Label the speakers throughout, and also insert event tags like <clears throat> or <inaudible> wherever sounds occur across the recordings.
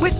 Speaker 1: With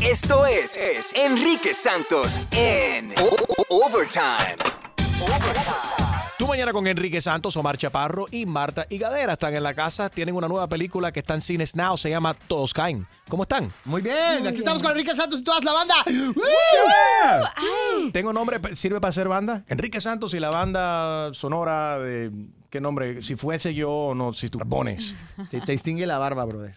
Speaker 2: Esto es, es Enrique Santos en O- O- Overtime.
Speaker 3: Tú mañana con Enrique Santos, Omar Chaparro y Marta Higadera están en la casa. Tienen una nueva película que está en cines now. Se llama Todos caen. ¿Cómo están?
Speaker 4: Muy bien, aquí estamos con Enrique Santos y toda la banda. ¡Woo!
Speaker 3: Tengo nombre, sirve para ser banda. Enrique Santos y la banda sonora de qué nombre. Si fuese yo o no, si tú pones,
Speaker 4: <laughs> Te, te distingue la barba, brother.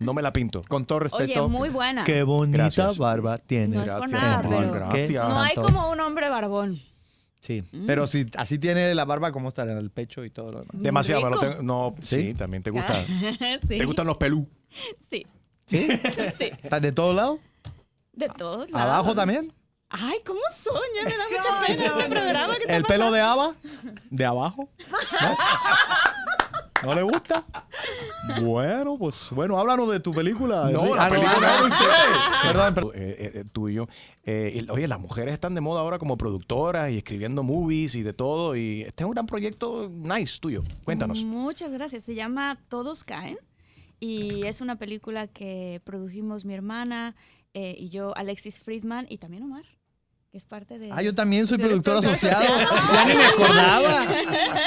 Speaker 3: no me la pinto.
Speaker 4: Con todo respeto.
Speaker 5: Oye, muy buena.
Speaker 6: Qué bonita
Speaker 3: Gracias.
Speaker 6: barba tiene.
Speaker 5: No es por nada, pero
Speaker 3: Gracias.
Speaker 5: no hay
Speaker 6: Santos.
Speaker 5: como Mm. un hombre barbón.
Speaker 4: Sí, pero si así tiene la barba, ¿cómo estará en el pecho y todo lo demás?
Speaker 3: Demasiado, me lo
Speaker 5: Rico.
Speaker 3: tengo- No, sí,
Speaker 4: Sí.
Speaker 3: también te <laughs> gusta.
Speaker 5: sí.
Speaker 3: Te gustan los pelú.
Speaker 5: Sí.
Speaker 4: ¿Está de todos lados?
Speaker 5: De todos lados.
Speaker 4: ¿Abajo también?
Speaker 5: Ay, ¿cómo son? Ya <laughs> me da mucha pena este programa.
Speaker 6: Eh,
Speaker 5: que está
Speaker 4: ¿El pelo de Ava? ¿De abajo? ¿No? ¿No le gusta? Bueno, pues bueno, háblanos de tu película. Enrique.
Speaker 3: No, la
Speaker 4: Ah,
Speaker 3: película
Speaker 4: ah,
Speaker 3: no,
Speaker 4: ah,
Speaker 3: usted. Perdón, perdón. Eh, eh, eh, tuyo. Eh, y, oye, las mujeres están de moda ahora como productoras y escribiendo movies y de todo. Y este es un gran proyecto nice tuyo. Cuéntanos.
Speaker 5: Muchas gracias. Se llama Todos Caen y es una película que produjimos mi hermana eh, y yo, Alexis Friedman y también Omar, que es parte de...
Speaker 4: Ah, yo también soy
Speaker 5: Tú eres
Speaker 4: productor
Speaker 5: productor
Speaker 4: asociado.
Speaker 5: <laughs> asociado.
Speaker 4: Ya ni me acordaba.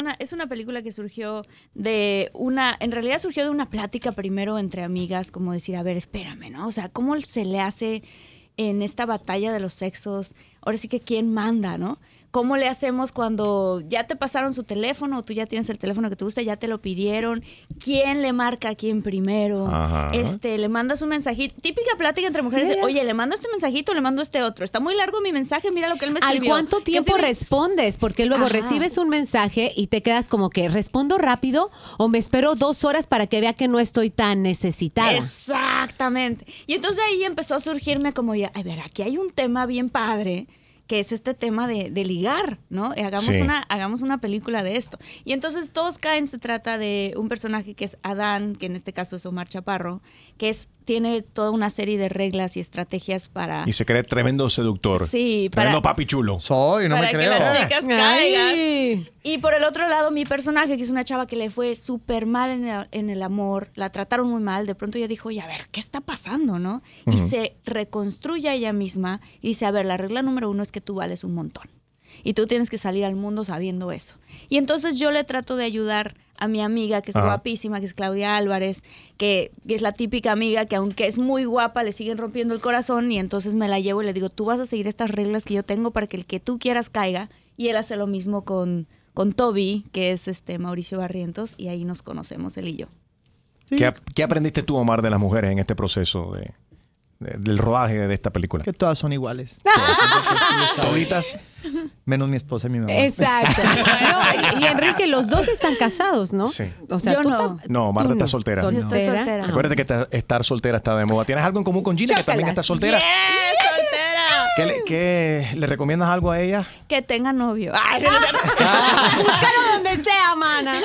Speaker 5: Una- es una película que surgió de una, en realidad surgió de una plática primero entre amigas, como decir, a ver, espérame, ¿no? O sea, ¿cómo se le hace en esta batalla de los sexos? Ahora sí que quién manda, ¿no? ¿Cómo le hacemos cuando ya te pasaron su teléfono o tú ya tienes el teléfono que te gusta, ya te lo pidieron? ¿Quién le marca a quién primero? Este, le mandas un mensajito. Típica plática entre mujeres, de, oye, le mando este mensajito, le mando este otro. Está muy largo mi mensaje, mira lo que él me
Speaker 7: ¿Al
Speaker 5: escribió.
Speaker 7: cuánto
Speaker 5: Que
Speaker 7: tiempo
Speaker 5: si me-
Speaker 7: respondes? Porque luego
Speaker 5: Ajá.
Speaker 7: recibes un mensaje y te quedas como que respondo rápido o me espero dos horas para que vea que no estoy tan necesitada.
Speaker 5: Exactamente. Y entonces ahí empezó a surgirme como ya, a ver, aquí hay un tema bien padre que es este tema de, de ligar, ¿no? Eh, Hagamos,
Speaker 3: Sí.
Speaker 5: una, hagamos una película de esto. Y entonces Todos Caen se trata de un personaje que es Adán, que en este caso es Omar Chaparro, que es, tiene toda una serie de reglas y estrategias para...
Speaker 3: Y se cree tremendo seductor.
Speaker 5: Sí, para-
Speaker 3: Tremendo papi chulo.
Speaker 4: Soy, no me
Speaker 5: para que
Speaker 4: creo.
Speaker 5: las chicas caigan.
Speaker 7: Ay.
Speaker 5: Y por el otro lado, mi personaje, que es una chava que le fue súper mal en el, en el amor, la trataron muy mal, de pronto ella dijo, oye, a ver, ¿qué está pasando, no? Y se reconstruye a ella misma y dice, a ver, la regla número uno es que tú vales un montón. Y tú tienes que salir al mundo sabiendo eso. Y entonces yo le trato de ayudar a mi amiga, que es
Speaker 3: Ajá.
Speaker 5: guapísima, que es Claudia Álvarez, que, que es la típica amiga que aunque es muy guapa, le siguen rompiendo el corazón y entonces me la llevo y le digo, tú vas a seguir estas reglas que yo tengo para que el que tú quieras caiga. Y él hace lo mismo con, con Toby, que es este Mauricio Barrientos, y ahí nos conocemos él y yo.
Speaker 3: ¿Qué, ap- qué aprendiste tú, Omar, de las mujeres en este proceso de- de- del rodaje de esta película?
Speaker 4: Que todas son
Speaker 5: <laughs>
Speaker 4: iguales.
Speaker 3: Toditas.
Speaker 4: Menos mi esposa y mi mamá.
Speaker 7: Exacto. No, y, y Enrique, los dos están casados, ¿no?
Speaker 3: Sí.
Speaker 7: O sea,
Speaker 5: Yo
Speaker 7: tú
Speaker 5: no.
Speaker 7: tam-
Speaker 3: No,
Speaker 7: tú
Speaker 3: Marta está soltera. Yo
Speaker 5: estoy soltera.
Speaker 3: Acuérdate que esta- estar soltera está de moda. ¿Tienes algo en común con Gina, que también
Speaker 7: Chócalas.
Speaker 3: está soltera?
Speaker 5: ¡Yes, <laughs> soltera!
Speaker 3: ¿Qué le, qué- le recomiendas algo a ella?
Speaker 5: Que tenga novio. Ah, ¡Ay, sí, no, ya no.
Speaker 7: <laughs> Búscalo donde sea, mana.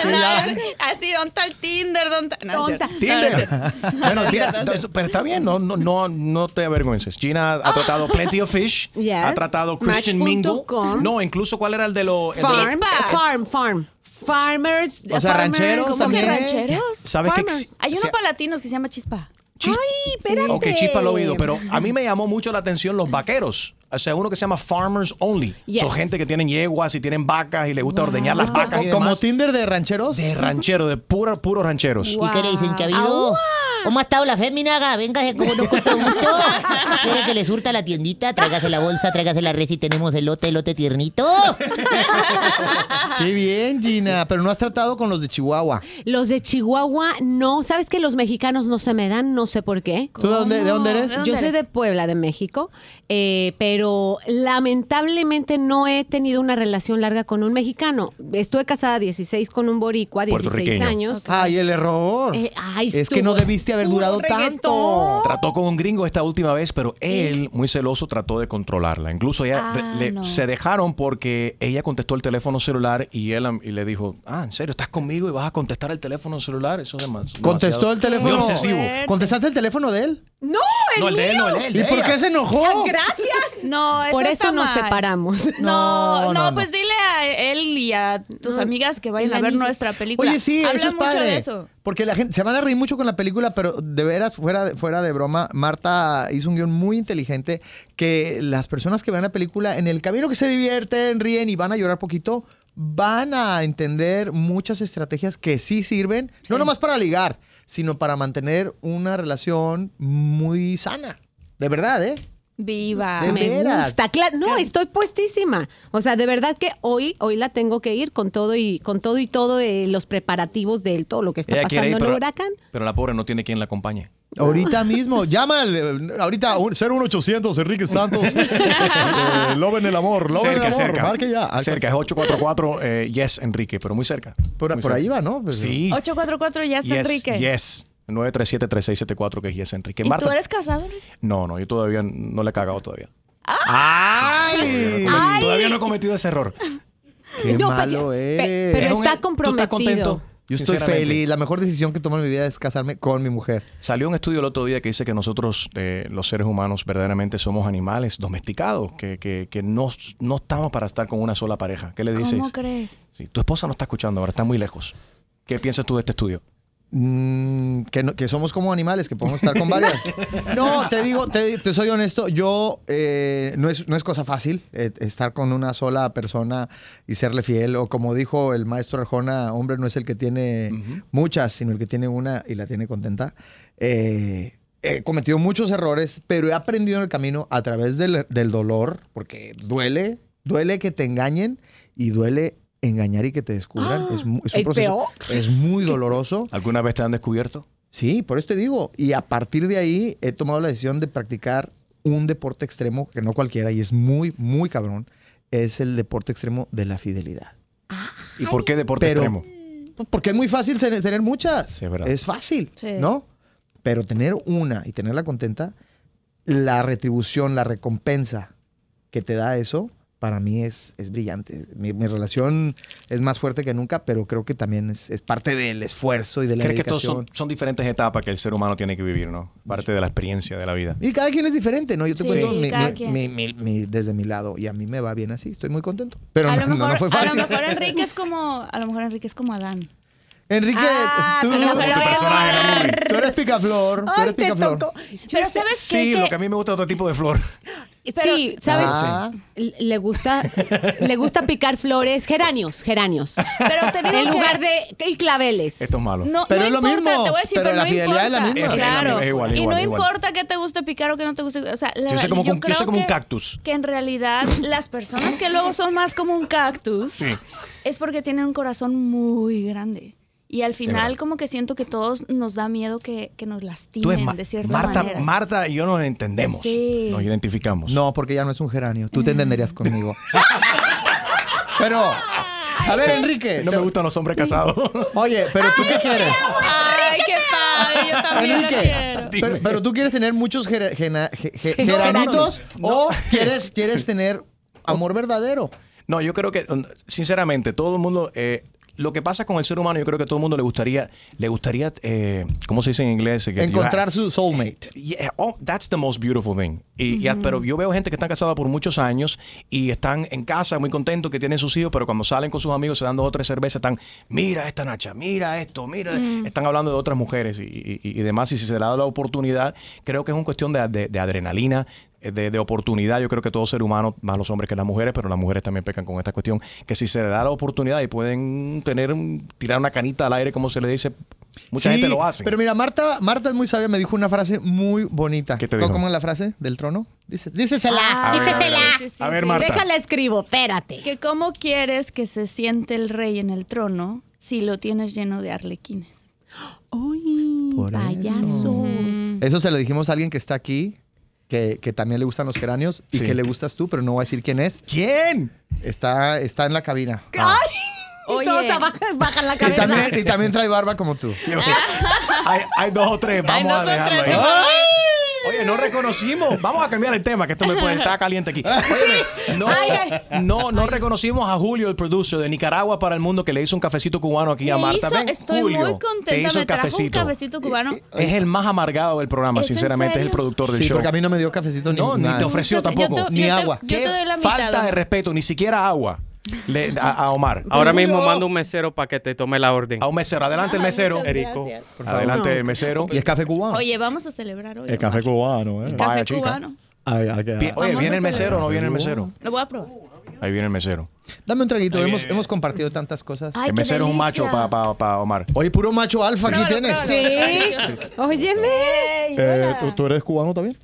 Speaker 5: Así, ¿dónde está el Tinder? ¿Dónde está? No, es
Speaker 7: Tonta.
Speaker 5: cierto.
Speaker 3: Tinder.
Speaker 5: No,
Speaker 3: <laughs> Bueno,
Speaker 5: no es cierto. No es
Speaker 3: mira,
Speaker 5: cierto, no es cierto.
Speaker 3: pero está bien, no, no, no, no te avergüences. Gina ha tratado Plenty of Fish,
Speaker 7: Yes.
Speaker 3: ha tratado Christian
Speaker 7: Match.com.
Speaker 3: Mingle. No, incluso cuál era el de los. el de-
Speaker 7: Farm,
Speaker 5: Chispa.
Speaker 7: farm, farm. Farmers.
Speaker 4: O sea, rancheros
Speaker 7: farmers-
Speaker 5: ¿Cómo que
Speaker 4: también.
Speaker 5: rancheros?
Speaker 3: ¿Sabes qué?
Speaker 7: Farmers.
Speaker 5: Hay uno
Speaker 3: Se-
Speaker 5: para latinos que se llama Chispa.
Speaker 3: Chis-
Speaker 7: Ay, espérate.
Speaker 3: Ok, chispa lo he oído, pero a mí me llamó mucho la atención los vaqueros. O sea, uno que se llama Farmers Only.
Speaker 7: Yes.
Speaker 3: Son gente que tienen yeguas y tienen vacas y les gusta ordeñar las vacas y
Speaker 4: Co- Como
Speaker 3: demás.
Speaker 4: Tinder de rancheros.
Speaker 3: De rancheros, de puros puros rancheros.
Speaker 8: ¿Y qué le dicen? ¿Que ha habido? ¿Cómo ha estado la féminaga? Véngase, como no cuesta
Speaker 7: <laughs>
Speaker 8: gusto. ¿Quiere que le surta la tiendita? Tráigase la bolsa, tráigase la res y tenemos elote, elote tiernito.
Speaker 4: Qué bien, Gina. Pero no has tratado con los de Chihuahua.
Speaker 7: Los de Chihuahua, no. ¿Sabes que los mexicanos no se me dan? No sé por qué.
Speaker 4: ¿Tú de dónde, de dónde eres?
Speaker 5: ¿De dónde
Speaker 7: Yo soy
Speaker 5: eres?
Speaker 7: de Puebla, de México, eh, pero lamentablemente no he tenido una relación larga con un mexicano. Estuve casada 16 con un boricua, 16
Speaker 3: Puertorriqueño.
Speaker 7: años.
Speaker 4: Ay, el error.
Speaker 7: Eh, ay,
Speaker 4: es que no
Speaker 7: estuvo-
Speaker 4: debiste
Speaker 6: pudiste haber durado tanto.
Speaker 3: Trató con un gringo esta última vez, pero él, muy celoso, trató de controlarla. Incluso ella
Speaker 6: Ah,
Speaker 3: le- le-
Speaker 6: no.
Speaker 3: se dejaron porque ella contestó el teléfono celular y él am- y le dijo, ah, ¿en serio? ¿Estás conmigo y vas a contestar el teléfono celular? Eso es demas- demasiado...
Speaker 6: Contestó el teléfono.
Speaker 3: Muy obsesivo.
Speaker 6: ¿Contestaste el teléfono de él?
Speaker 7: No,
Speaker 3: No, el de él, no, el de él, de
Speaker 6: ¿Y por
Speaker 3: ella.
Speaker 6: qué se enojó?
Speaker 5: Gracias. No,
Speaker 7: ¡Oh, Por
Speaker 5: está
Speaker 7: eso nos
Speaker 5: mal.
Speaker 7: separamos.
Speaker 5: No,
Speaker 6: No,
Speaker 5: no,
Speaker 6: no, no.
Speaker 5: pues dile a él y a tus amigas que vayan a ver nuestra película.
Speaker 6: Oye, sí,
Speaker 5: Habla
Speaker 6: eso es
Speaker 5: mucho
Speaker 6: padre.
Speaker 5: de eso.
Speaker 6: Porque la gente se van a reír mucho con la película, pero de veras, fuera de, fuera de broma, Marta hizo un guión muy inteligente que las personas que vean la película, en el camino que se divierten, ríen y van a llorar poquito, van a entender muchas estrategias que sí sirven, no nomás para ligar, sino para mantener una relación muy sana. De verdad, ¿eh?
Speaker 5: Viva.
Speaker 6: De
Speaker 7: me
Speaker 6: veras.
Speaker 7: gusta, claro, no, estoy puestísima. O sea, de verdad que hoy, hoy la tengo que ir con todo y con todo y todo eh, los preparativos de todo lo que está
Speaker 3: Ella quiere ir,
Speaker 7: pasando en el
Speaker 3: pero-
Speaker 7: huracán.
Speaker 3: Pero la pobre no tiene quien la acompañe.
Speaker 6: Ahorita mismo, llama al- ahorita un-
Speaker 4: 01800 Enrique Santos. Eh, loben el amor, loben
Speaker 3: cerca,
Speaker 4: el amor.
Speaker 3: cerca.
Speaker 4: Marque ya. Al-
Speaker 3: Cerca, es 844 eh, Yes Enrique, pero muy cerca.
Speaker 6: Por,
Speaker 3: Muy
Speaker 6: por ahí
Speaker 3: cerca.
Speaker 6: va, ¿no? Pues-
Speaker 3: Sí.
Speaker 5: 844 ya está
Speaker 3: yes,
Speaker 5: Enrique.
Speaker 3: Yes. 937-3674, que es Yes Enrique.
Speaker 5: ¿Y
Speaker 3: Marta.
Speaker 5: tú eres casado? Enrique?
Speaker 3: No, no, yo todavía no le he cagado todavía.
Speaker 6: ¡Ay!
Speaker 7: Ay.
Speaker 3: Todavía no he cometido ese
Speaker 5: <laughs>
Speaker 3: error.
Speaker 6: ¡Qué
Speaker 7: No,
Speaker 6: malo
Speaker 7: pe-
Speaker 6: eres!
Speaker 7: pe- pero
Speaker 3: Es un- e-
Speaker 7: está
Speaker 3: ¿Tú estás
Speaker 7: comprometido.
Speaker 3: contento?
Speaker 6: Yo estoy
Speaker 3: Sinceramente.
Speaker 6: feliz. La mejor decisión que tomo en mi vida es casarme con mi mujer.
Speaker 3: Salió un estudio el otro día que dice que nosotros, eh, los seres humanos, verdaderamente somos animales domesticados, que, que- que no, no estamos para estar con una sola pareja. ¿Qué le dices?
Speaker 5: ¿Cómo crees?
Speaker 3: Sí, tu esposa no está escuchando ahora, está muy lejos. ¿Qué piensas tú de este estudio?
Speaker 6: Mm, que, no- que somos como animales, que podemos estar con varias. No, te digo, te, te soy honesto, yo eh, no, es, no es cosa fácil eh, estar con una sola persona y serle fiel, o como dijo el maestro Arjona, hombre no es el que tiene muchas, sino el que tiene una y la tiene contenta. Eh, he cometido muchos errores, pero he aprendido en el camino a través del, del dolor, porque duele, duele que te engañen y duele engañar y que te descubran. es, mu- es un
Speaker 7: ¿el
Speaker 6: proceso, es muy doloroso.
Speaker 3: ¿Alguna vez te han descubierto?
Speaker 6: Sí, por eso te digo. Y a partir de ahí he tomado la decisión de practicar un deporte extremo, que no cualquiera, y es muy, muy cabrón. Es el deporte extremo de la fidelidad.
Speaker 3: ¿Y por qué deporte
Speaker 6: Pero- pues,
Speaker 3: extremo?
Speaker 6: Porque es muy fácil tener tener muchas.
Speaker 3: Sí, es verdad.
Speaker 6: fácil,
Speaker 5: Sí.
Speaker 6: ¿no? Pero tener una y tenerla contenta, la retribución, la recompensa que te da eso, para mí es, es brillante. Mi, mi relación es más fuerte que nunca, pero creo que también es, es parte del esfuerzo y de la
Speaker 3: ¿Crees que
Speaker 6: dedicación.
Speaker 3: estos son, son diferentes etapas que el ser humano tiene que vivir, no? Parte de la experiencia de la vida.
Speaker 6: Y cada quien es diferente, ¿no? Yo te
Speaker 5: Sí,
Speaker 6: cuento mi-
Speaker 5: cada
Speaker 6: mi-
Speaker 5: quien.
Speaker 6: mi- mi- mi- desde mi lado y a mí me va bien así, estoy muy contento. Pero <laughs>
Speaker 5: a
Speaker 6: no,
Speaker 5: lo mejor,
Speaker 6: no, no fue
Speaker 5: A
Speaker 6: fácil.
Speaker 5: lo mejor Enrique es como, a lo mejor Enrique es como Adán.
Speaker 6: Enrique,
Speaker 7: Ah,
Speaker 6: tú,
Speaker 5: Ah, a lo mejor
Speaker 3: Tu
Speaker 5: Ay,
Speaker 3: personaje en la movie.
Speaker 6: tú eres picaflor, tú eres picaflor.
Speaker 5: Pero sabes qué?
Speaker 3: Sí,
Speaker 5: que
Speaker 3: lo que a mí me gusta es otro tipo de flor. <laughs>
Speaker 5: Pero-
Speaker 7: sí, ¿sabes?
Speaker 6: Ah.
Speaker 7: L- Le gusta, le gusta picar flores, geranios, geranios.
Speaker 5: Pero te digo
Speaker 7: en
Speaker 5: que-
Speaker 7: lugar de y claveles.
Speaker 3: Esto es malo.
Speaker 5: No,
Speaker 6: Pero
Speaker 5: no
Speaker 6: es lo
Speaker 5: importa,
Speaker 6: mismo,
Speaker 5: Te voy a decir,
Speaker 6: pero
Speaker 5: pero,
Speaker 6: la
Speaker 5: no
Speaker 6: fidelidad
Speaker 5: importa.
Speaker 6: es la misma.
Speaker 3: Es la
Speaker 5: Claro.
Speaker 3: misma, es igual,
Speaker 5: y
Speaker 3: igual,
Speaker 5: no
Speaker 3: igual.
Speaker 5: importa que te guste picar o que no te guste. O sea, la-
Speaker 3: Yo soy como un- yo
Speaker 5: creo
Speaker 3: soy como un
Speaker 5: que-
Speaker 3: cactus.
Speaker 5: Que en realidad las personas que luego son más como un cactus
Speaker 3: Sí.
Speaker 5: es porque tienen un corazón muy grande. Y al final
Speaker 3: verdad.
Speaker 5: como que siento que todos nos da miedo que, que nos lastimen
Speaker 3: Tú es Ma-
Speaker 5: de cierta
Speaker 3: Marta,
Speaker 5: manera.
Speaker 3: Marta y yo nos entendemos.
Speaker 5: Sí.
Speaker 3: Nos identificamos.
Speaker 6: No, porque ya no es un geranio, tú te entenderías conmigo. <laughs> pero, a ver, Enrique.
Speaker 3: No
Speaker 6: te-
Speaker 3: me gustan los hombres casados. <laughs>
Speaker 6: Oye, pero tú qué quieres.
Speaker 5: Ay, qué padre, yo también lo quiero.
Speaker 6: Enrique, pero, pero tú quieres tener muchos gera- gena- ge- ge-
Speaker 7: No,
Speaker 6: geranitos o quieres, quieres tener amor verdadero.
Speaker 3: No, yo creo que, mm, sinceramente, todo el mundo. eh, lo que pasa con el ser humano, yo creo que a todo el mundo le gustaría, le gustaría, eh, ¿cómo se dice en inglés? Que-
Speaker 6: Encontrar su soulmate.
Speaker 3: Yeah, oh, that's the most beautiful thing. Y, y- pero yo veo gente que están casada por muchos años y están en casa muy contentos que tienen sus hijos, pero cuando salen con sus amigos se dan dos o tres cervezas, están, mira esta Nacha, mira esto, mira. Están hablando de otras mujeres y, y- y demás. Y si se le da la oportunidad, creo que es una cuestión de, de- de adrenalina, eh, de, de oportunidad. Yo creo que todo ser humano, más los hombres que las mujeres, pero las mujeres también pecan con esta cuestión, que si se le da la oportunidad y pueden tener, un- tirar una canita al aire, como se le dice, mucha
Speaker 6: Sí,
Speaker 3: gente lo hace.
Speaker 6: Pero mira, Marta, Marta es muy sabia, me dijo una frase muy bonita.
Speaker 3: ¿Qué te
Speaker 6: ¿Cómo-
Speaker 3: dijo?
Speaker 6: ¿Cómo es la frase del trono? Dice,
Speaker 8: Dícesela,
Speaker 5: Ah,
Speaker 8: dícesela.
Speaker 5: sí, sí, sí,
Speaker 3: a ver,
Speaker 5: sí.
Speaker 3: Marta.
Speaker 7: Déjala escribo, espérate.
Speaker 5: Que cómo quieres que se siente el rey en el trono si lo tienes lleno de arlequines.
Speaker 7: Uy,
Speaker 6: Por eso.
Speaker 7: payasos.
Speaker 6: Eso se lo dijimos a alguien que está aquí, que, que también le gustan los cráneos y
Speaker 3: Sí.
Speaker 6: que le gustas tú, pero no voy a decir quién es.
Speaker 3: ¿Quién?
Speaker 6: Está, está en la cabina.
Speaker 7: Y todos abajo bajan la
Speaker 6: Y
Speaker 7: cabeza.
Speaker 6: también, y también trae barba como tú.
Speaker 5: <laughs>
Speaker 3: hay, hay dos o tres, vamos
Speaker 6: dos
Speaker 3: a
Speaker 6: o
Speaker 3: dejarlo
Speaker 6: tres,
Speaker 3: ahí.
Speaker 6: ¿no?
Speaker 3: Oye, no reconocimos. Vamos a cambiar el tema, que esto me puede estar caliente aquí. Óyeme, no, no, no reconocimos a Julio, el producer de Nicaragua para el Mundo, que le hizo un cafecito cubano aquí a
Speaker 5: Me
Speaker 3: Marta.
Speaker 5: hizo-
Speaker 3: Ven,
Speaker 5: estoy
Speaker 3: Julio,
Speaker 5: muy
Speaker 3: te
Speaker 5: contenta.
Speaker 3: hizo
Speaker 5: Me
Speaker 3: el
Speaker 5: trajo
Speaker 3: cafecito. Eh,
Speaker 5: un cafecito cubano.
Speaker 3: Es el más amargado del programa,
Speaker 5: ¿Es en
Speaker 3: sinceramente. Es el
Speaker 5: serio?
Speaker 3: productor del
Speaker 6: Sí,
Speaker 3: show.
Speaker 6: porque a mí no me dio cafecito ni
Speaker 3: No, ni
Speaker 6: nada.
Speaker 3: te ofreció
Speaker 5: Entonces, yo
Speaker 3: tampoco.
Speaker 5: te- Ni yo te- agua. yo te
Speaker 3: Qué
Speaker 5: doy la
Speaker 3: falta
Speaker 5: mitad,
Speaker 3: de
Speaker 5: ¿no?
Speaker 3: respeto, ni siquiera agua. le- a, a Omar.
Speaker 9: Ahora mismo mando un mesero para que te tome la orden. A
Speaker 3: un mesero. Adelante el mesero.
Speaker 9: Erico. por favor.
Speaker 3: Adelante, mesero.
Speaker 4: Y es café cubano.
Speaker 5: Oye, vamos a celebrar hoy.
Speaker 4: El café cubano, ¿eh?
Speaker 5: El café Vaya, chica. cubano.
Speaker 4: Ay, ay, qué-
Speaker 3: Bien, Oye,
Speaker 5: Vamos
Speaker 3: ¿viene
Speaker 5: a Uh.
Speaker 3: el mesero o no viene el
Speaker 5: celebrar.
Speaker 3: mesero?
Speaker 5: Lo voy a probar.
Speaker 3: Ahí viene el mesero.
Speaker 6: Dame un traguito. Hemos, hemos compartido tantas cosas.
Speaker 3: el mesero es un macho para Omar.
Speaker 6: Oye, puro macho alfa aquí tienes.
Speaker 7: Sí. Óyeme.
Speaker 4: Eh, ¿tú, tú eres cubano también?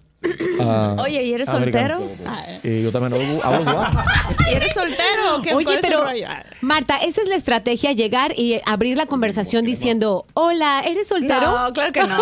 Speaker 4: Ah,
Speaker 5: Oye, ¿y eres
Speaker 4: americano.
Speaker 5: soltero? Ah,
Speaker 4: Y Eh, yo también hablo, hablo <laughs> cubano.
Speaker 5: ¿Y eres soltero? o ¿Qué ¿Cuál
Speaker 7: Oye,
Speaker 5: es el
Speaker 7: pero
Speaker 5: rollo? Ah.
Speaker 7: Marta, esa es la estrategia, llegar y abrir la conversación diciendo, hola, ¿eres soltero?
Speaker 5: No, claro que
Speaker 7: <laughs>
Speaker 5: no.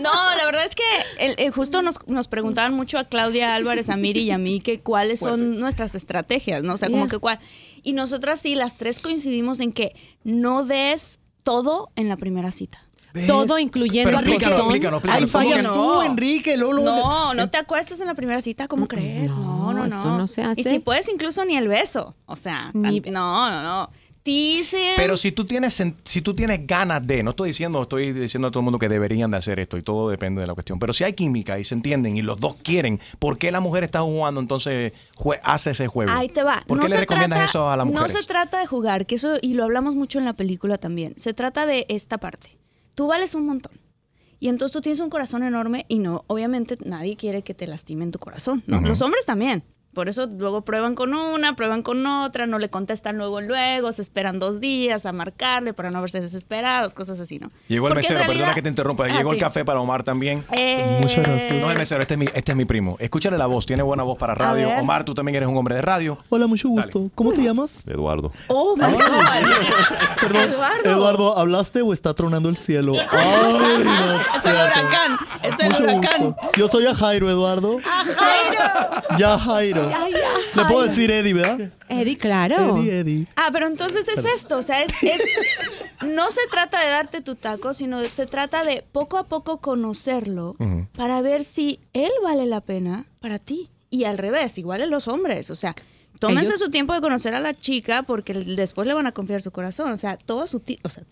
Speaker 5: No, la verdad es que el- eh, justo nos, nos preguntaban mucho a Claudia Álvarez, a Miri y a mí que cuáles son nuestras estrategias, ¿no? O sea, como
Speaker 7: Yeah.
Speaker 5: que cuál. Y nosotras sí, las tres coincidimos en que no des todo en la primera cita.
Speaker 7: Todo incluyendo
Speaker 3: Pero
Speaker 7: a
Speaker 3: explícanos,
Speaker 7: Postón.
Speaker 3: explícanos, explícanos. ¿Cómo que no?
Speaker 6: Enrique,
Speaker 7: Oh,
Speaker 5: No, no te acuestas en la primera cita, ¿cómo crees? No, no, no.
Speaker 7: eso Mm, no se hace.
Speaker 5: Y si puedes, incluso ni el beso. O sea, tan- no, no, no. Dicen.
Speaker 3: Pero si tú tienes sen- si tú tienes ganas de, no estoy diciendo, estoy diciendo a todo el mundo que deberían de hacer esto y todo depende de la cuestión, pero si hay química y se entienden y los dos quieren, ¿por qué la mujer está jugando entonces jue- hace ese juego?
Speaker 5: Ahí te va.
Speaker 3: ¿Por
Speaker 5: No
Speaker 3: qué le
Speaker 5: se
Speaker 3: recomiendas
Speaker 5: trata-
Speaker 3: eso a las mujeres?
Speaker 5: No se trata de jugar, que eso, y lo hablamos mucho en la película también. Se trata de esta parte. Tú vales un montón. Y entonces tú tienes un corazón enorme y no, obviamente nadie quiere que te lastimen tu corazón. ¿no?
Speaker 7: Ujú.
Speaker 5: Los hombres también. Por eso luego prueban con una, prueban con otra, no le contestan luego luego, se esperan dos días a marcarle para no verse desesperados, cosas así, ¿no?
Speaker 3: Llegó el
Speaker 5: Porque en
Speaker 3: mesero, perdona
Speaker 5: realidad-
Speaker 3: que te interrumpa,
Speaker 5: Ah,
Speaker 3: llegó el
Speaker 5: sí.
Speaker 3: café para Omar también.
Speaker 5: Eh, Muchas gracias.
Speaker 3: No es mesero, este es mi, este es mi primo. Escúchale la voz, tiene buena voz para radio.
Speaker 5: ver.
Speaker 3: Omar, tú también eres un hombre de radio.
Speaker 4: Hola, mucho gusto. ¿Cómo te <laughs> llamas?
Speaker 10: Eduardo.
Speaker 5: Oh,
Speaker 4: Ah,
Speaker 5: my God.
Speaker 4: Perdón.
Speaker 5: Eduardo.
Speaker 4: Eduardo, ¿hablaste o está tronando el cielo? Ay, no.
Speaker 5: Es el huracán, es el
Speaker 4: Mucho
Speaker 5: huracán.
Speaker 4: gusto. Yo soy a Jairo, Eduardo. Ya Jairo.
Speaker 7: Ay, ya,
Speaker 4: Le puedo
Speaker 7: Jairo.
Speaker 4: decir Eddie, ¿verdad?
Speaker 7: Eddie, claro.
Speaker 4: Eddie, Eddie.
Speaker 5: Ah, pero entonces es esto, o sea,
Speaker 3: <laughs>
Speaker 5: es, es- no se trata de darte tu taco, sino se trata de poco a poco conocerlo
Speaker 7: Ujú.
Speaker 5: para ver si él vale la pena para ti. Y al revés, igual en los hombres, o sea, tómense
Speaker 7: Ellos-
Speaker 5: su tiempo de conocer a la chica porque l- después le van a confiar su corazón, o sea, todo su ti- o sea,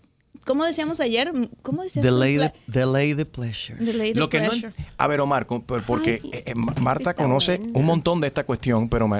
Speaker 5: ¿cómo decíamos ayer? ¿Cómo decíamos?
Speaker 6: Delay the, delay the pleasure.
Speaker 5: Delay the
Speaker 3: Lo que no,
Speaker 5: pleasure.
Speaker 3: a ver, Omar, con- por- porque eh, eh, Marta conoce un montón de esta cuestión, pero me,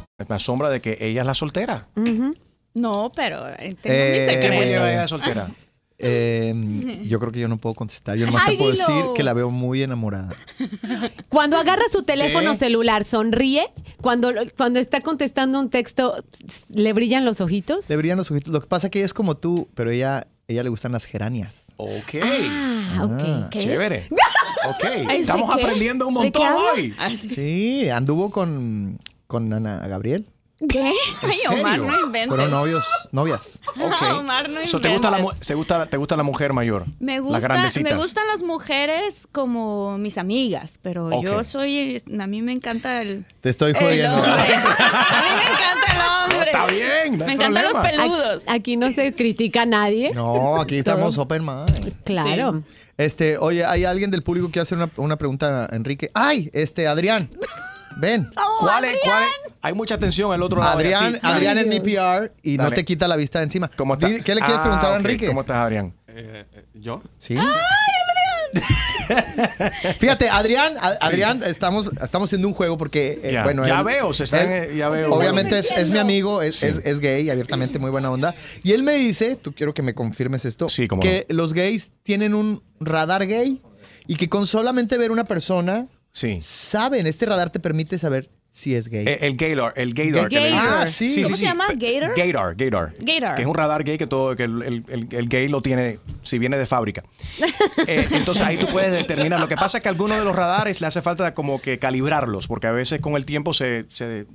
Speaker 3: me asombra de que ella es la soltera.
Speaker 5: No, pero eh, tengo
Speaker 6: Eh,
Speaker 5: mis
Speaker 6: ¿qué
Speaker 5: secretos.
Speaker 6: me lleva
Speaker 3: ella soltera?
Speaker 6: Eh, yo creo que yo no puedo contestar. Yo nomás
Speaker 7: Ay,
Speaker 6: te puedo
Speaker 7: dilo.
Speaker 6: decir que la veo muy enamorada.
Speaker 7: Cuando agarra su teléfono
Speaker 6: ¿Qué?
Speaker 7: celular, sonríe. Cuando, cuando está contestando un texto, le brillan los ojitos.
Speaker 6: Le brillan los ojitos. Lo que pasa es que ella es como tú, pero ella, ella le gustan las geranias.
Speaker 3: Ok.
Speaker 7: Ah,
Speaker 6: ok. ¿Qué?
Speaker 5: <laughs>
Speaker 3: Chévere. Ok.
Speaker 6: sí,
Speaker 3: Estamos
Speaker 6: ¿qué?
Speaker 3: aprendiendo un
Speaker 6: ¿De qué
Speaker 3: montón
Speaker 6: habla?
Speaker 3: hoy.
Speaker 5: Ah,
Speaker 6: Sí, anduvo con, con Ana Gabriel.
Speaker 5: ¿Qué? Ay, Omar,
Speaker 3: serio?
Speaker 5: no inventes.
Speaker 6: Fueron novios, novias.
Speaker 5: Omar, no
Speaker 3: So, ¿te, gusta la,
Speaker 5: inventes.
Speaker 3: mu- se gusta, ¿Te gusta la mujer mayor?
Speaker 5: Me,
Speaker 3: Las
Speaker 5: gusta,
Speaker 3: grandecitas.
Speaker 5: me gustan las mujeres como mis amigas, pero
Speaker 3: Ok.
Speaker 5: yo soy. A mí me
Speaker 3: <laughs>
Speaker 5: encanta el.
Speaker 6: Te estoy
Speaker 5: el
Speaker 6: jodiendo.
Speaker 5: hombre. a mí me encanta
Speaker 3: Ah,
Speaker 5: el hombre.
Speaker 6: Está bien, no hay
Speaker 5: me encantan los
Speaker 6: problema.
Speaker 5: peludos.
Speaker 7: Aquí, aquí no se critica a nadie.
Speaker 6: No, aquí
Speaker 7: <laughs>
Speaker 6: estamos open mind.
Speaker 7: Claro.
Speaker 6: Este, oye, hay alguien del público que hace una, una pregunta a Enrique. ¡Ay! Este, Adrián.
Speaker 3: <laughs>
Speaker 6: Ven.
Speaker 3: ¿Cuál es- cuál es? Hay mucha atención al otro lado.
Speaker 6: Adrián,
Speaker 3: Sí, dale.
Speaker 6: Adrián es mi PR y no
Speaker 3: Dale.
Speaker 6: te quita la vista de encima.
Speaker 3: ¿Cómo está?
Speaker 6: Dile, ¿Qué le quieres
Speaker 3: Ah,
Speaker 6: preguntar a
Speaker 3: ok.
Speaker 6: Enrique?
Speaker 3: ¿Cómo estás, Adrián?
Speaker 10: ¿Yo?
Speaker 6: Sí. <laughs> Fíjate, Adrián, a- Adrián, estamos, estamos haciendo un juego porque, eh,
Speaker 3: Ya.
Speaker 6: bueno,
Speaker 3: Ya veo, se están, eh, ya veo.
Speaker 6: Obviamente es, es mi amigo, es,
Speaker 3: Sí.
Speaker 6: es- es gay, abiertamente muy buena onda. Y él me dice, tú quiero que me confirmes esto, que los gays tienen un radar gay y que con solamente ver una persona,
Speaker 3: sí.
Speaker 6: saben, este radar te permite saber Sí es gay.
Speaker 3: Eh, El Gator, el Gator. que le
Speaker 5: Gator.
Speaker 3: dicen.
Speaker 5: Ah, sí. ¿Cómo se llama? ¿Gator?
Speaker 3: Gator, Gator.
Speaker 5: Gator.
Speaker 3: Que es un radar gay que todo, que el, el- el- el gay lo tiene, si viene de
Speaker 5: <laughs>
Speaker 3: fábrica. Eh, entonces ahí tú puedes determinar. Lo que pasa es que a algunos de los radares le hace falta como que calibrarlos, porque a veces con el tiempo se. se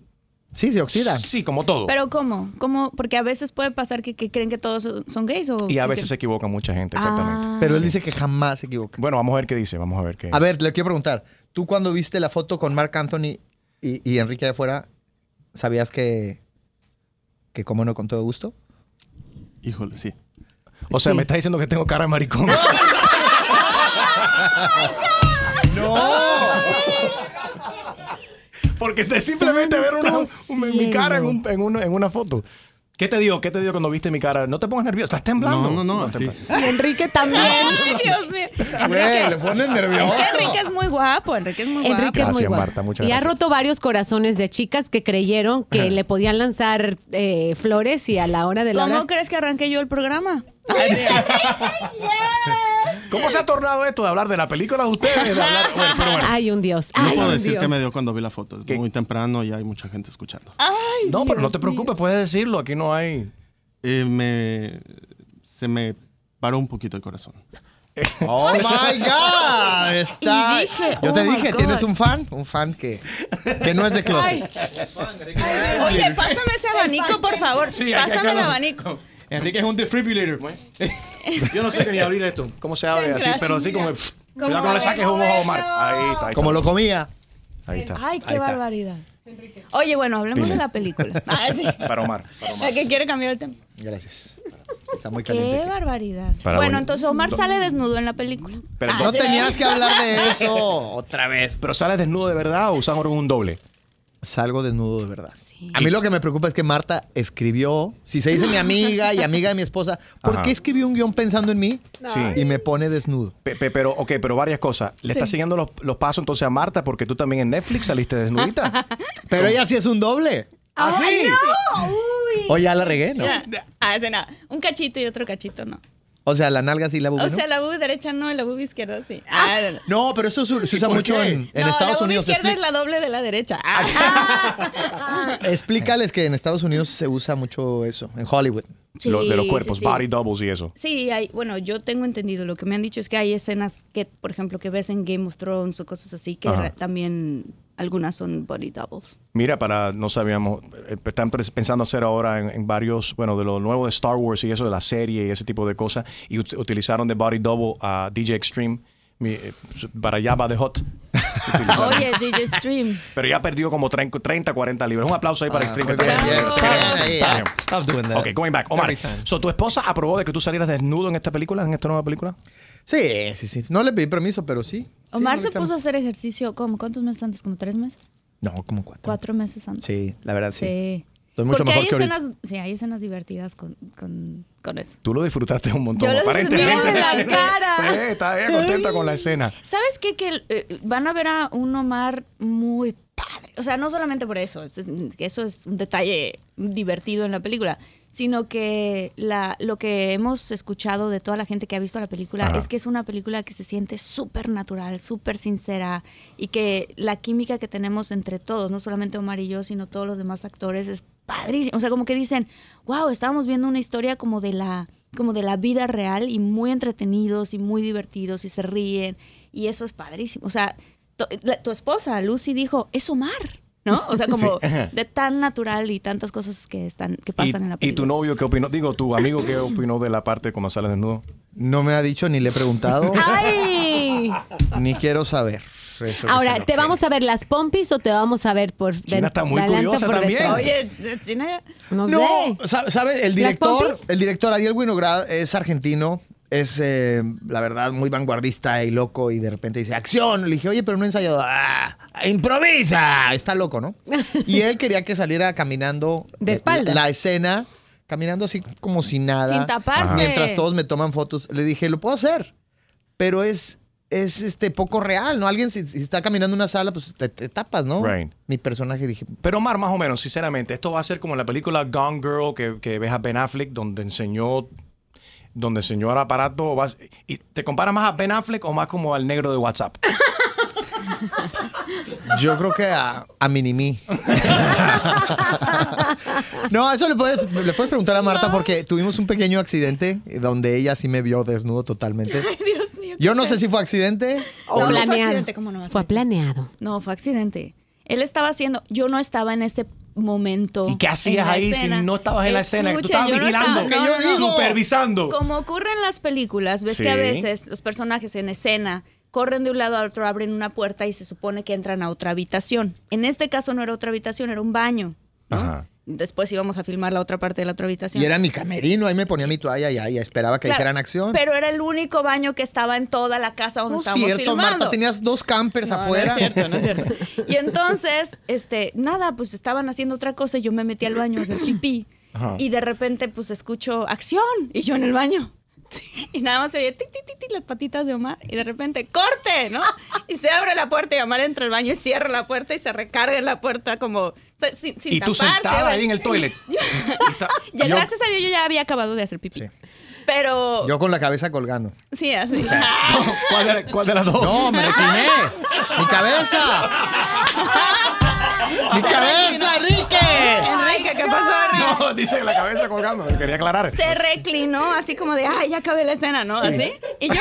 Speaker 6: sí, se oxida.
Speaker 3: Sí, como todo.
Speaker 5: Pero ¿cómo? ¿Cómo? Porque a veces puede pasar que, que creen que todos son- son gays o...
Speaker 3: y a
Speaker 5: que-
Speaker 3: veces se equivoca mucha gente, exactamente.
Speaker 5: Ah.
Speaker 6: Pero él dice que jamás se equivoca.
Speaker 3: Bueno, vamos a ver qué dice, vamos a ver qué.
Speaker 6: A ver, le quiero preguntar. ¿Tú cuando viste la foto con Mark Anthony y, y Enrique de fuera, sabías que, que cómo no con todo gusto?
Speaker 3: Híjole, sí. O sea,
Speaker 6: Sí.
Speaker 3: me estás diciendo que tengo cara de
Speaker 6: <laughs>
Speaker 3: maricón. Porque es de simplemente ver uno- un- mi cara en, un- en un- en una foto. ¿Qué te dio? ¿Qué te dio cuando viste mi cara? No te pongas nervioso, estás temblando.
Speaker 10: No, no, no,
Speaker 3: te
Speaker 10: sí.
Speaker 3: pongas-
Speaker 7: Enrique
Speaker 5: también. <laughs> Ay, Dios mío. Enrique.
Speaker 6: le ponen
Speaker 5: Es
Speaker 6: nervioso.
Speaker 5: que Enrique es muy guapo, Enrique es muy guapo.
Speaker 7: Enrique es muy
Speaker 3: Gracias,
Speaker 7: guapo.
Speaker 3: Marta, muchas
Speaker 7: y ha
Speaker 3: gracias.
Speaker 7: roto varios corazones de chicas que creyeron que le podían lanzar eh, flores y a la hora de la
Speaker 5: ¿Cómo
Speaker 7: hora-
Speaker 5: crees que arranqué yo el programa?
Speaker 3: ¿Cómo se ha tornado esto de hablar de la película de ustedes? De
Speaker 6: <laughs>
Speaker 3: hablar... Bueno, pero bueno.
Speaker 7: Ay, un Dios.
Speaker 10: No
Speaker 7: Ay,
Speaker 10: puedo
Speaker 7: un
Speaker 10: decir
Speaker 7: Dios.
Speaker 10: que me dio cuando vi la foto. Es muy temprano y hay mucha gente escuchando.
Speaker 7: Ay,
Speaker 3: No, pero no te
Speaker 7: Dios mío.
Speaker 3: preocupes, puedes decirlo. Aquí no hay.
Speaker 10: me, se me paró un poquito el corazón.
Speaker 6: <laughs> ¡Oh, my God! Está... Yo te dije, "Oh tienes un fan, un fan que, que no es de closet.
Speaker 5: Oye, pásame ese abanico,
Speaker 3: <laughs>
Speaker 5: por favor.
Speaker 6: Sí, hay que
Speaker 5: pásame el
Speaker 6: acabarlo.
Speaker 5: abanico.
Speaker 3: Enrique es un defibrillator. <laughs> Yo no sé ni abrir esto. ¿Cómo se abre así?
Speaker 5: Gracias.
Speaker 3: Pero así como.
Speaker 5: Como
Speaker 3: Cuidado que no le saques un ojo a Omar. Ahí está. ahí
Speaker 6: Como
Speaker 3: está.
Speaker 6: lo comía.
Speaker 3: Ahí está.
Speaker 5: Ay,
Speaker 3: Ahí
Speaker 5: qué
Speaker 3: está.
Speaker 5: barbaridad. Oye, bueno, hablemos
Speaker 3: Dime.
Speaker 5: de la película. <laughs> Ah, sí.
Speaker 3: Para Omar. para Omar.
Speaker 5: La que quiere cambiar el tema.
Speaker 6: Gracias. Está muy
Speaker 5: Qué
Speaker 6: caliente.
Speaker 5: barbaridad.
Speaker 3: Para
Speaker 5: bueno,
Speaker 3: bueno.
Speaker 5: entonces Omar sale desnudo en la película.
Speaker 3: Pero
Speaker 5: Ah,
Speaker 6: No
Speaker 5: sí.
Speaker 6: tenías que hablar de eso.
Speaker 3: Otra vez. Pero sales desnudo de verdad o usas ahora un doble.
Speaker 6: Salgo desnudo de verdad. A mí lo que me preocupa es que Marta escribió, si se dice mi amiga y amiga de mi esposa, ¿por
Speaker 3: Ajá.
Speaker 6: qué escribió un guión pensando en mí?
Speaker 3: Sí.
Speaker 6: Y me pone desnudo.
Speaker 3: Pe- pe- pero, ok, pero varias cosas. Le
Speaker 6: Sí.
Speaker 3: estás siguiendo los, los pasos entonces a Marta porque tú también en Netflix saliste
Speaker 5: <laughs>
Speaker 3: desnudita.
Speaker 6: Pero ella sí es un doble. ¿Ah,
Speaker 5: ¡Ay,
Speaker 3: ¿sí?
Speaker 5: Ah, no! Uy.
Speaker 6: O ya la regué, ¿no?
Speaker 5: Ya. Ah, ese nada. Un cachito y otro cachito, no.
Speaker 6: O sea, la nalga sí la bubi,
Speaker 5: O
Speaker 6: ¿no?
Speaker 5: sea, la bubi derecha no y la bubi izquierda sí.
Speaker 6: No, pero eso se se usa
Speaker 5: por
Speaker 6: mucho
Speaker 5: qué?
Speaker 6: en, en
Speaker 5: no,
Speaker 6: Estados
Speaker 5: la bubi
Speaker 6: Unidos. Ah.
Speaker 5: izquierda
Speaker 6: Expli-
Speaker 5: es la doble de la derecha. Ah,
Speaker 6: Explícales que en Estados Unidos se usa mucho eso, en Hollywood.
Speaker 5: Sí, Lo- de los cuerpos, sí, sí. body
Speaker 3: doubles y eso.
Speaker 5: Sí, hay, bueno, yo tengo entendido, lo que me han dicho es que hay escenas que, por ejemplo, que ves en Game of Thrones o cosas así, que
Speaker 3: Ajá.
Speaker 5: re- también algunas son body doubles.
Speaker 3: Mira, para, no sabíamos, eh, están pres- pensando hacer ahora en, en varios, bueno, de lo nuevo de Star Wars y eso, de la serie y ese tipo de cosas, y ut- utilizaron de body double a DJ Extreme, mi- eh, para allá va de hot. Utilizaron.
Speaker 5: Oye, DJ Stream.
Speaker 3: Pero ya perdió como 30, 30, 40 libras. Un aplauso ahí para
Speaker 6: Ah,
Speaker 3: Extreme.
Speaker 6: muy
Speaker 3: que está
Speaker 6: bien,
Speaker 3: bien.
Speaker 6: bien,
Speaker 3: Queremos,
Speaker 6: bien,
Speaker 3: está
Speaker 6: ahí,
Speaker 3: bien.
Speaker 6: yeah.
Speaker 3: Stop doing that. Ok, going back. Omar,
Speaker 6: Every time.
Speaker 3: so, ¿tu esposa aprobó de que tú salieras desnudo en esta película, en esta nueva película?
Speaker 6: Sí, sí, sí. No le pedí permiso, pero sí.
Speaker 5: Omar
Speaker 6: Sí,
Speaker 5: se
Speaker 6: no le
Speaker 5: puso a hacer ejercicio, ¿cómo? ¿Cuántos meses antes? ¿Como tres meses?
Speaker 6: No, como cuatro.
Speaker 5: ¿Cuatro meses antes?
Speaker 6: Sí, la verdad sí.
Speaker 5: Sí.
Speaker 6: Estoy mucho
Speaker 5: Porque
Speaker 6: mejor
Speaker 5: hay
Speaker 6: que ahorita.
Speaker 5: escenas, sí, hay escenas divertidas con, con, con eso.
Speaker 3: Tú lo disfrutaste un montón.
Speaker 5: Yo lo
Speaker 3: Aparentemente.
Speaker 5: disfruté
Speaker 3: <laughs> la
Speaker 5: en la cara.
Speaker 3: escena. Sí, está bien contenta con la escena.
Speaker 5: ¿Sabes qué? Que eh, van a ver a un Omar muy padre. O sea, no solamente por eso, eso es, eso es un detalle divertido en la película, sino que la, lo que hemos escuchado de toda la gente que ha visto la película
Speaker 11: Ajá.
Speaker 5: es que es una película que se siente súper natural, súper sincera y que la química que tenemos entre todos, no solamente Omar y yo, sino todos los demás actores, es padrísimo. O sea, como que dicen, wow, estábamos viendo una historia como de la como de la vida real y muy entretenidos y muy divertidos y se ríen y eso es padrísimo. O sea, tu, la- tu esposa, Lucy, dijo, es Omar, ¿no? O sea, como
Speaker 3: <laughs> Sí, ajá.
Speaker 5: de tan natural y tantas cosas que están que pasan en la
Speaker 3: ¿Y
Speaker 5: película.
Speaker 3: tu novio qué opinó? Digo, tu amigo qué opinó de la parte de cuando sales desnudo.
Speaker 6: No me ha dicho ni le he
Speaker 5: <laughs>
Speaker 6: preguntado,
Speaker 7: ¡Ay!
Speaker 6: ni quiero saber. Eso que
Speaker 7: Ahora,
Speaker 6: se lo-
Speaker 7: ¿te vamos a ver las pompis o te vamos a ver por
Speaker 6: China está muy
Speaker 7: adelante o
Speaker 6: curiosa
Speaker 7: por
Speaker 6: también.
Speaker 7: detrás?
Speaker 5: Oye, China,
Speaker 7: no, sé.
Speaker 6: No, sa- ¿sabe? El
Speaker 7: ¿Las
Speaker 6: director,
Speaker 7: pompis?
Speaker 6: el director Ariel Winograd es argentino, es eh, la verdad muy vanguardista y loco y de repente dice, acción. Le dije, oye, pero no he ensayado. "Ah, improvisa. Está loco,
Speaker 7: <laughs>
Speaker 6: ¿no? Y él quería que saliera caminando.
Speaker 7: De
Speaker 6: eh,
Speaker 7: espalda.
Speaker 6: La, la escena, caminando así como si nada.
Speaker 7: Sin taparse. Ajá.
Speaker 6: Mientras todos me toman fotos. Le dije, lo puedo hacer, pero es... Es este poco real, ¿no? Alguien si, si está caminando en una sala, pues te, te tapas, ¿no?
Speaker 3: Right.
Speaker 6: Mi personaje dije,
Speaker 3: Pero Omar, más o menos, sinceramente, esto va a ser como la película Gone Girl que, que ves a Ben Affleck, donde enseñó donde
Speaker 5: <laughs>
Speaker 3: enseñó el aparato. vas- ¿Y te compara más a Ben Affleck o más como al negro de WhatsApp?
Speaker 6: Yo creo que a, a Minimi. no, eso le puedes, le puedes preguntar a Marta porque tuvimos un pequeño accidente donde ella sí me vio desnudo totalmente. Yo no sé si fue accidente
Speaker 5: O
Speaker 6: o-
Speaker 5: planeado. ¿cómo no?
Speaker 7: Fue planeado.
Speaker 5: No, fue accidente. Él estaba haciendo, yo no estaba en ese momento.
Speaker 3: ¿Y qué
Speaker 5: en
Speaker 3: hacías
Speaker 5: la
Speaker 3: ahí
Speaker 5: escena.
Speaker 3: si no estabas en la escena? Que tú
Speaker 5: Escucha,
Speaker 3: estabas
Speaker 5: yo no
Speaker 3: vigilando,
Speaker 5: estaba- no, no, no.
Speaker 3: supervisando.
Speaker 5: Como ocurre en las películas, ves que a
Speaker 3: Sí.
Speaker 5: veces los personajes en escena corren de un lado a otro, abren una puerta y se supone que entran a otra habitación. En este caso no era otra habitación, era un baño.
Speaker 6: Ajá.
Speaker 5: Después íbamos a filmar la otra parte de la otra habitación.
Speaker 6: Y era mi camerino, ahí me ponía mi toalla y ahí esperaba que
Speaker 5: Claro,
Speaker 6: dijeran acción.
Speaker 5: Pero era el único baño que estaba en toda la casa donde
Speaker 6: no es
Speaker 5: estábamos
Speaker 6: cierto,
Speaker 5: filmando.
Speaker 6: Marta, tenías dos campers
Speaker 5: No, no
Speaker 6: afuera.
Speaker 5: es cierto, no es cierto. Y entonces, este, nada, pues estaban haciendo otra cosa y yo me metí al baño a hacer pipí.
Speaker 11: Ajá.
Speaker 5: Y de repente, pues escucho acción y yo en el baño. Y nada más se oye tic, tic, tic, tic, las patitas de Omar y de repente corte, ¿no? Y se abre la puerta y Omar entra al baño y cierra la puerta y se recarga en la puerta como o sea, sin, sin
Speaker 3: y tú
Speaker 5: taparse,
Speaker 3: sentada
Speaker 5: ¿vale?
Speaker 3: ahí en el
Speaker 5: <laughs>
Speaker 3: toilet.
Speaker 5: Ya,
Speaker 6: Yo-
Speaker 5: gracias a Dios yo ya había acabado de hacer pipí. Pero
Speaker 6: Yo con la cabeza colgando.
Speaker 5: sí, así.
Speaker 3: <laughs> ¿Cuál de, cuál de las dos?
Speaker 6: No, me recliné. ¡Mi
Speaker 5: <laughs>
Speaker 6: cabeza! ¡Mi cabeza, Enrique!
Speaker 5: Enrique, ¿qué pasó?
Speaker 3: No, <laughs> dice la cabeza colgando, me quería aclarar.
Speaker 5: Se reclinó así como de, ay, ya acabé la escena, ¿no?
Speaker 3: Sí.
Speaker 5: Así.
Speaker 3: <laughs>
Speaker 5: Y yo,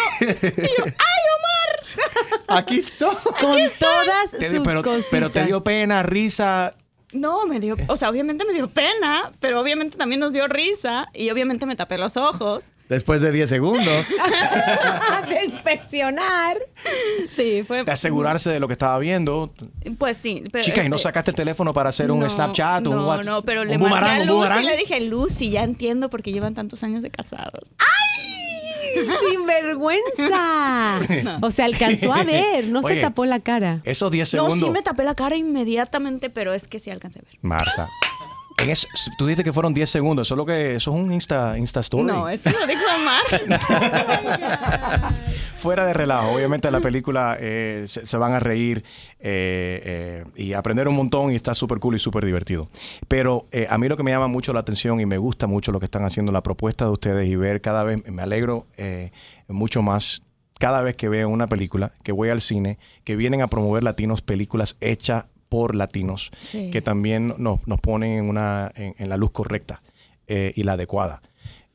Speaker 6: Aquí estoy.
Speaker 7: Con todas
Speaker 3: Te di-
Speaker 7: sus
Speaker 3: pero,
Speaker 7: cositas.
Speaker 3: pero te dio pena, risa.
Speaker 5: no, me dio, o sea, obviamente me dio pena, pero obviamente también nos dio risa y obviamente me tapé los ojos.
Speaker 6: Después de 10
Speaker 5: <laughs>
Speaker 6: segundos.
Speaker 7: <laughs>
Speaker 5: de inspeccionar. Sí, fue.
Speaker 3: De asegurarse de lo que estaba viendo.
Speaker 5: Pues sí. Pero
Speaker 3: Chicas, ¿y no
Speaker 5: este,
Speaker 3: sacaste el teléfono para hacer un
Speaker 5: no,
Speaker 3: Snapchat, un
Speaker 5: no,
Speaker 3: WhatsApp?
Speaker 5: No, pero
Speaker 3: un
Speaker 5: le marqué
Speaker 3: boomerang,
Speaker 5: a
Speaker 3: un
Speaker 5: Lucy
Speaker 3: boomerang?
Speaker 5: y le dije, Lucy, ya entiendo porque llevan tantos años de casados.
Speaker 7: Sin vergüenza.
Speaker 3: Sí.
Speaker 7: O sea, alcanzó a ver, no
Speaker 3: Oye.
Speaker 7: se tapó la cara.
Speaker 3: Esos 10
Speaker 5: No,
Speaker 3: segundos.
Speaker 5: sí me tapé la cara inmediatamente, pero es que sí alcancé a ver.
Speaker 3: Marta. en eso- tú dijiste que fueron 10 segundos. Eso es, lo que, eso es un Insta, Insta Story.
Speaker 5: No, eso lo dijo
Speaker 3: <laughs>
Speaker 5: Omar.
Speaker 3: Fuera de relajo, obviamente la película eh, se, se van a reír eh, eh, y aprender un montón y está súper cool y súper divertido. Pero eh, a mí lo que me llama mucho la atención y me gusta mucho lo que están haciendo, la propuesta de ustedes y ver cada vez, me alegro eh, mucho más cada vez que veo una película, que voy al cine, que vienen a promover latinos, películas hechas por latinos,
Speaker 12: Sí.
Speaker 3: que también nos, nos ponen en, una, en, en la luz correcta eh, y la adecuada.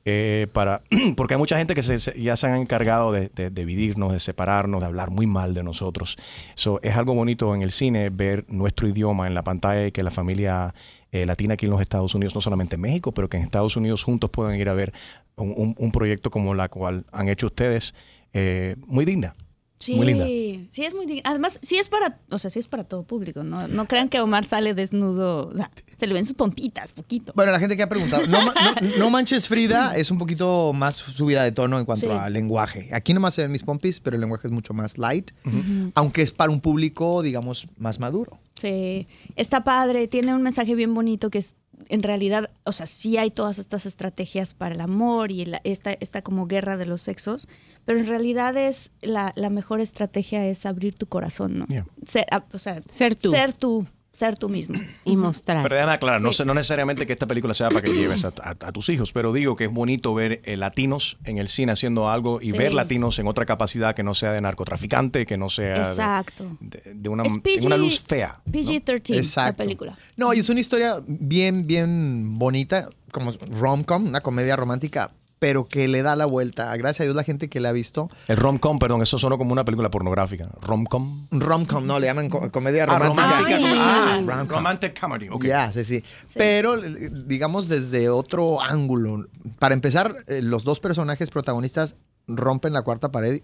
Speaker 3: Eh, para, <clears throat> porque hay mucha gente que se- se- ya se han encargado de, de- de dividirnos, de separarnos, de hablar muy mal de nosotros. So, es algo bonito en el cine ver nuestro idioma en la pantalla y que la familia eh, latina aquí en los Estados Unidos, no solamente en México, pero que en Estados Unidos juntos puedan ir a ver un, un- un proyecto como la cual han hecho ustedes, eh, muy digna.
Speaker 5: Sí,
Speaker 3: Muy linda.
Speaker 5: sí es muy digna. Además, sí es para, o sea, sí es para todo público, ¿no? No crean que Omar sale desnudo, o sea, se le ven sus pompitas, poquito.
Speaker 6: Bueno, la gente que ha preguntado, no, ma- no- no manches Frida es un poquito más subida de tono en cuanto
Speaker 5: Sí.
Speaker 6: a lenguaje. Aquí nomás se ven mis pompis, pero el lenguaje es mucho más light,
Speaker 5: Ujú.
Speaker 6: aunque es para un público, digamos, más maduro.
Speaker 5: Sí, está padre, tiene un mensaje bien bonito que es, en realidad, o sea, sí hay todas estas estrategias para el amor y la- esta, esta como guerra de los sexos, pero en realidad es la, la mejor estrategia es abrir tu corazón, ¿no?
Speaker 3: Yeah.
Speaker 5: Ser, ah, o sea,
Speaker 7: ser tú.
Speaker 5: Ser tú, ser tú mismo.
Speaker 7: Y mostrar.
Speaker 3: Pero déjame aclarar, no, sé- no necesariamente que esta película sea para que lleves a, a- a tus hijos, pero digo que es bonito ver eh, latinos en el cine haciendo algo y
Speaker 5: Sí.
Speaker 3: ver latinos en otra capacidad que no sea de narcotraficante, que no sea de,
Speaker 5: Exacto.
Speaker 3: de- de una,
Speaker 5: Es
Speaker 3: en
Speaker 5: PG
Speaker 3: una luz fea. ¿no?
Speaker 5: PG-13, la
Speaker 6: Exacto.
Speaker 5: película.
Speaker 6: No, y es una historia bien, bien bonita, como rom-com, una comedia romántica, pero que le da la vuelta. Gracias a Dios la gente que la ha visto.
Speaker 3: El rom-com, perdón, eso sonó como una película pornográfica. Rom-com.
Speaker 6: Rom-com, no, le llaman co- comedia
Speaker 3: Ah,
Speaker 6: romántica.
Speaker 3: romántica.
Speaker 6: Ay.
Speaker 3: Ah,
Speaker 6: Rom-com.
Speaker 3: romantic comedy. ok.
Speaker 6: Ya, sí, sí, Pero, eh, digamos, desde otro ángulo. Para empezar, eh, los dos personajes protagonistas rompen la cuarta pared